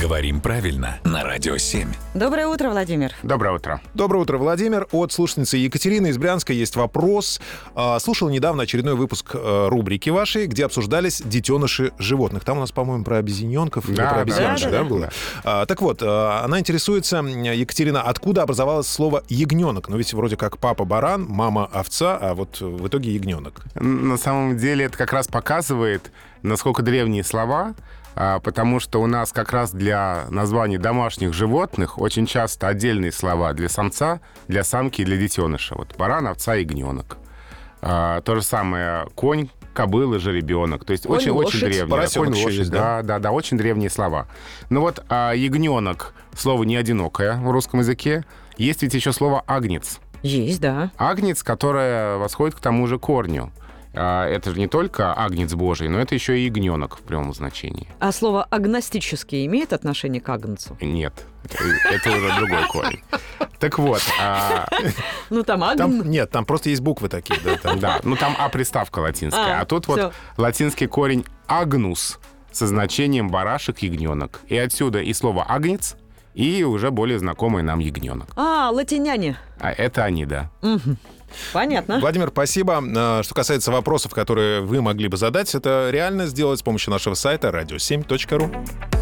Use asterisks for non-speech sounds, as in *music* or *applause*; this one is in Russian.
Говорим правильно на Радио 7. Доброе утро, Владимир. Доброе утро. Доброе утро, Владимир. От слушательницы Екатерины из Брянска есть вопрос. А, Слушал недавно очередной выпуск э, рубрики вашей, где обсуждались детеныши животных. Там у нас, по-моему, про обезьяненков или Да, про да, обезьянышей, да, да, да. было? А, Так вот, э, она интересуется, м, Екатерина, откуда образовалось слово «ягненок»? Ну ведь вроде как папа баран, мама овца, а вот э, в итоге ягненок. На самом деле это как раз показывает, насколько древние слова, а, потому что у нас как раз для названий домашних животных очень часто отдельные слова для самца, для самки и для детеныша. Вот баран, овца, ягненок. А, То же самое конь, кобыла, жеребенок. То есть Конь, очень-очень лошадь, древние. поросенок Конь, еще лошадь, есть, да? да, Да, да, да, очень древние слова. Ну вот а, ягненок слово не одинокое в русском языке. Есть ведь еще слово агнец. Есть, да. Агнец, которая восходит к тому же корню. А, Это же не только агнец божий, но это еще и ягненок в прямом значении. А слово агностический имеет отношение к агнцу? Нет, это, это уже другой корень. Так вот, а, Ну там агн. Там, нет, там просто есть буквы такие, да, *laughs* там. да, ну там а приставка А, латинская, а тут всё. вот латинский корень агнус со значением барашек, ягненок. И отсюда и слово агнец, и уже более знакомый нам ягненок. А, латиняне. А это они, да. Понятно. Владимир, спасибо. А, Что касается вопросов, которые вы могли бы задать, это реально сделать с помощью нашего сайта radio7.ru.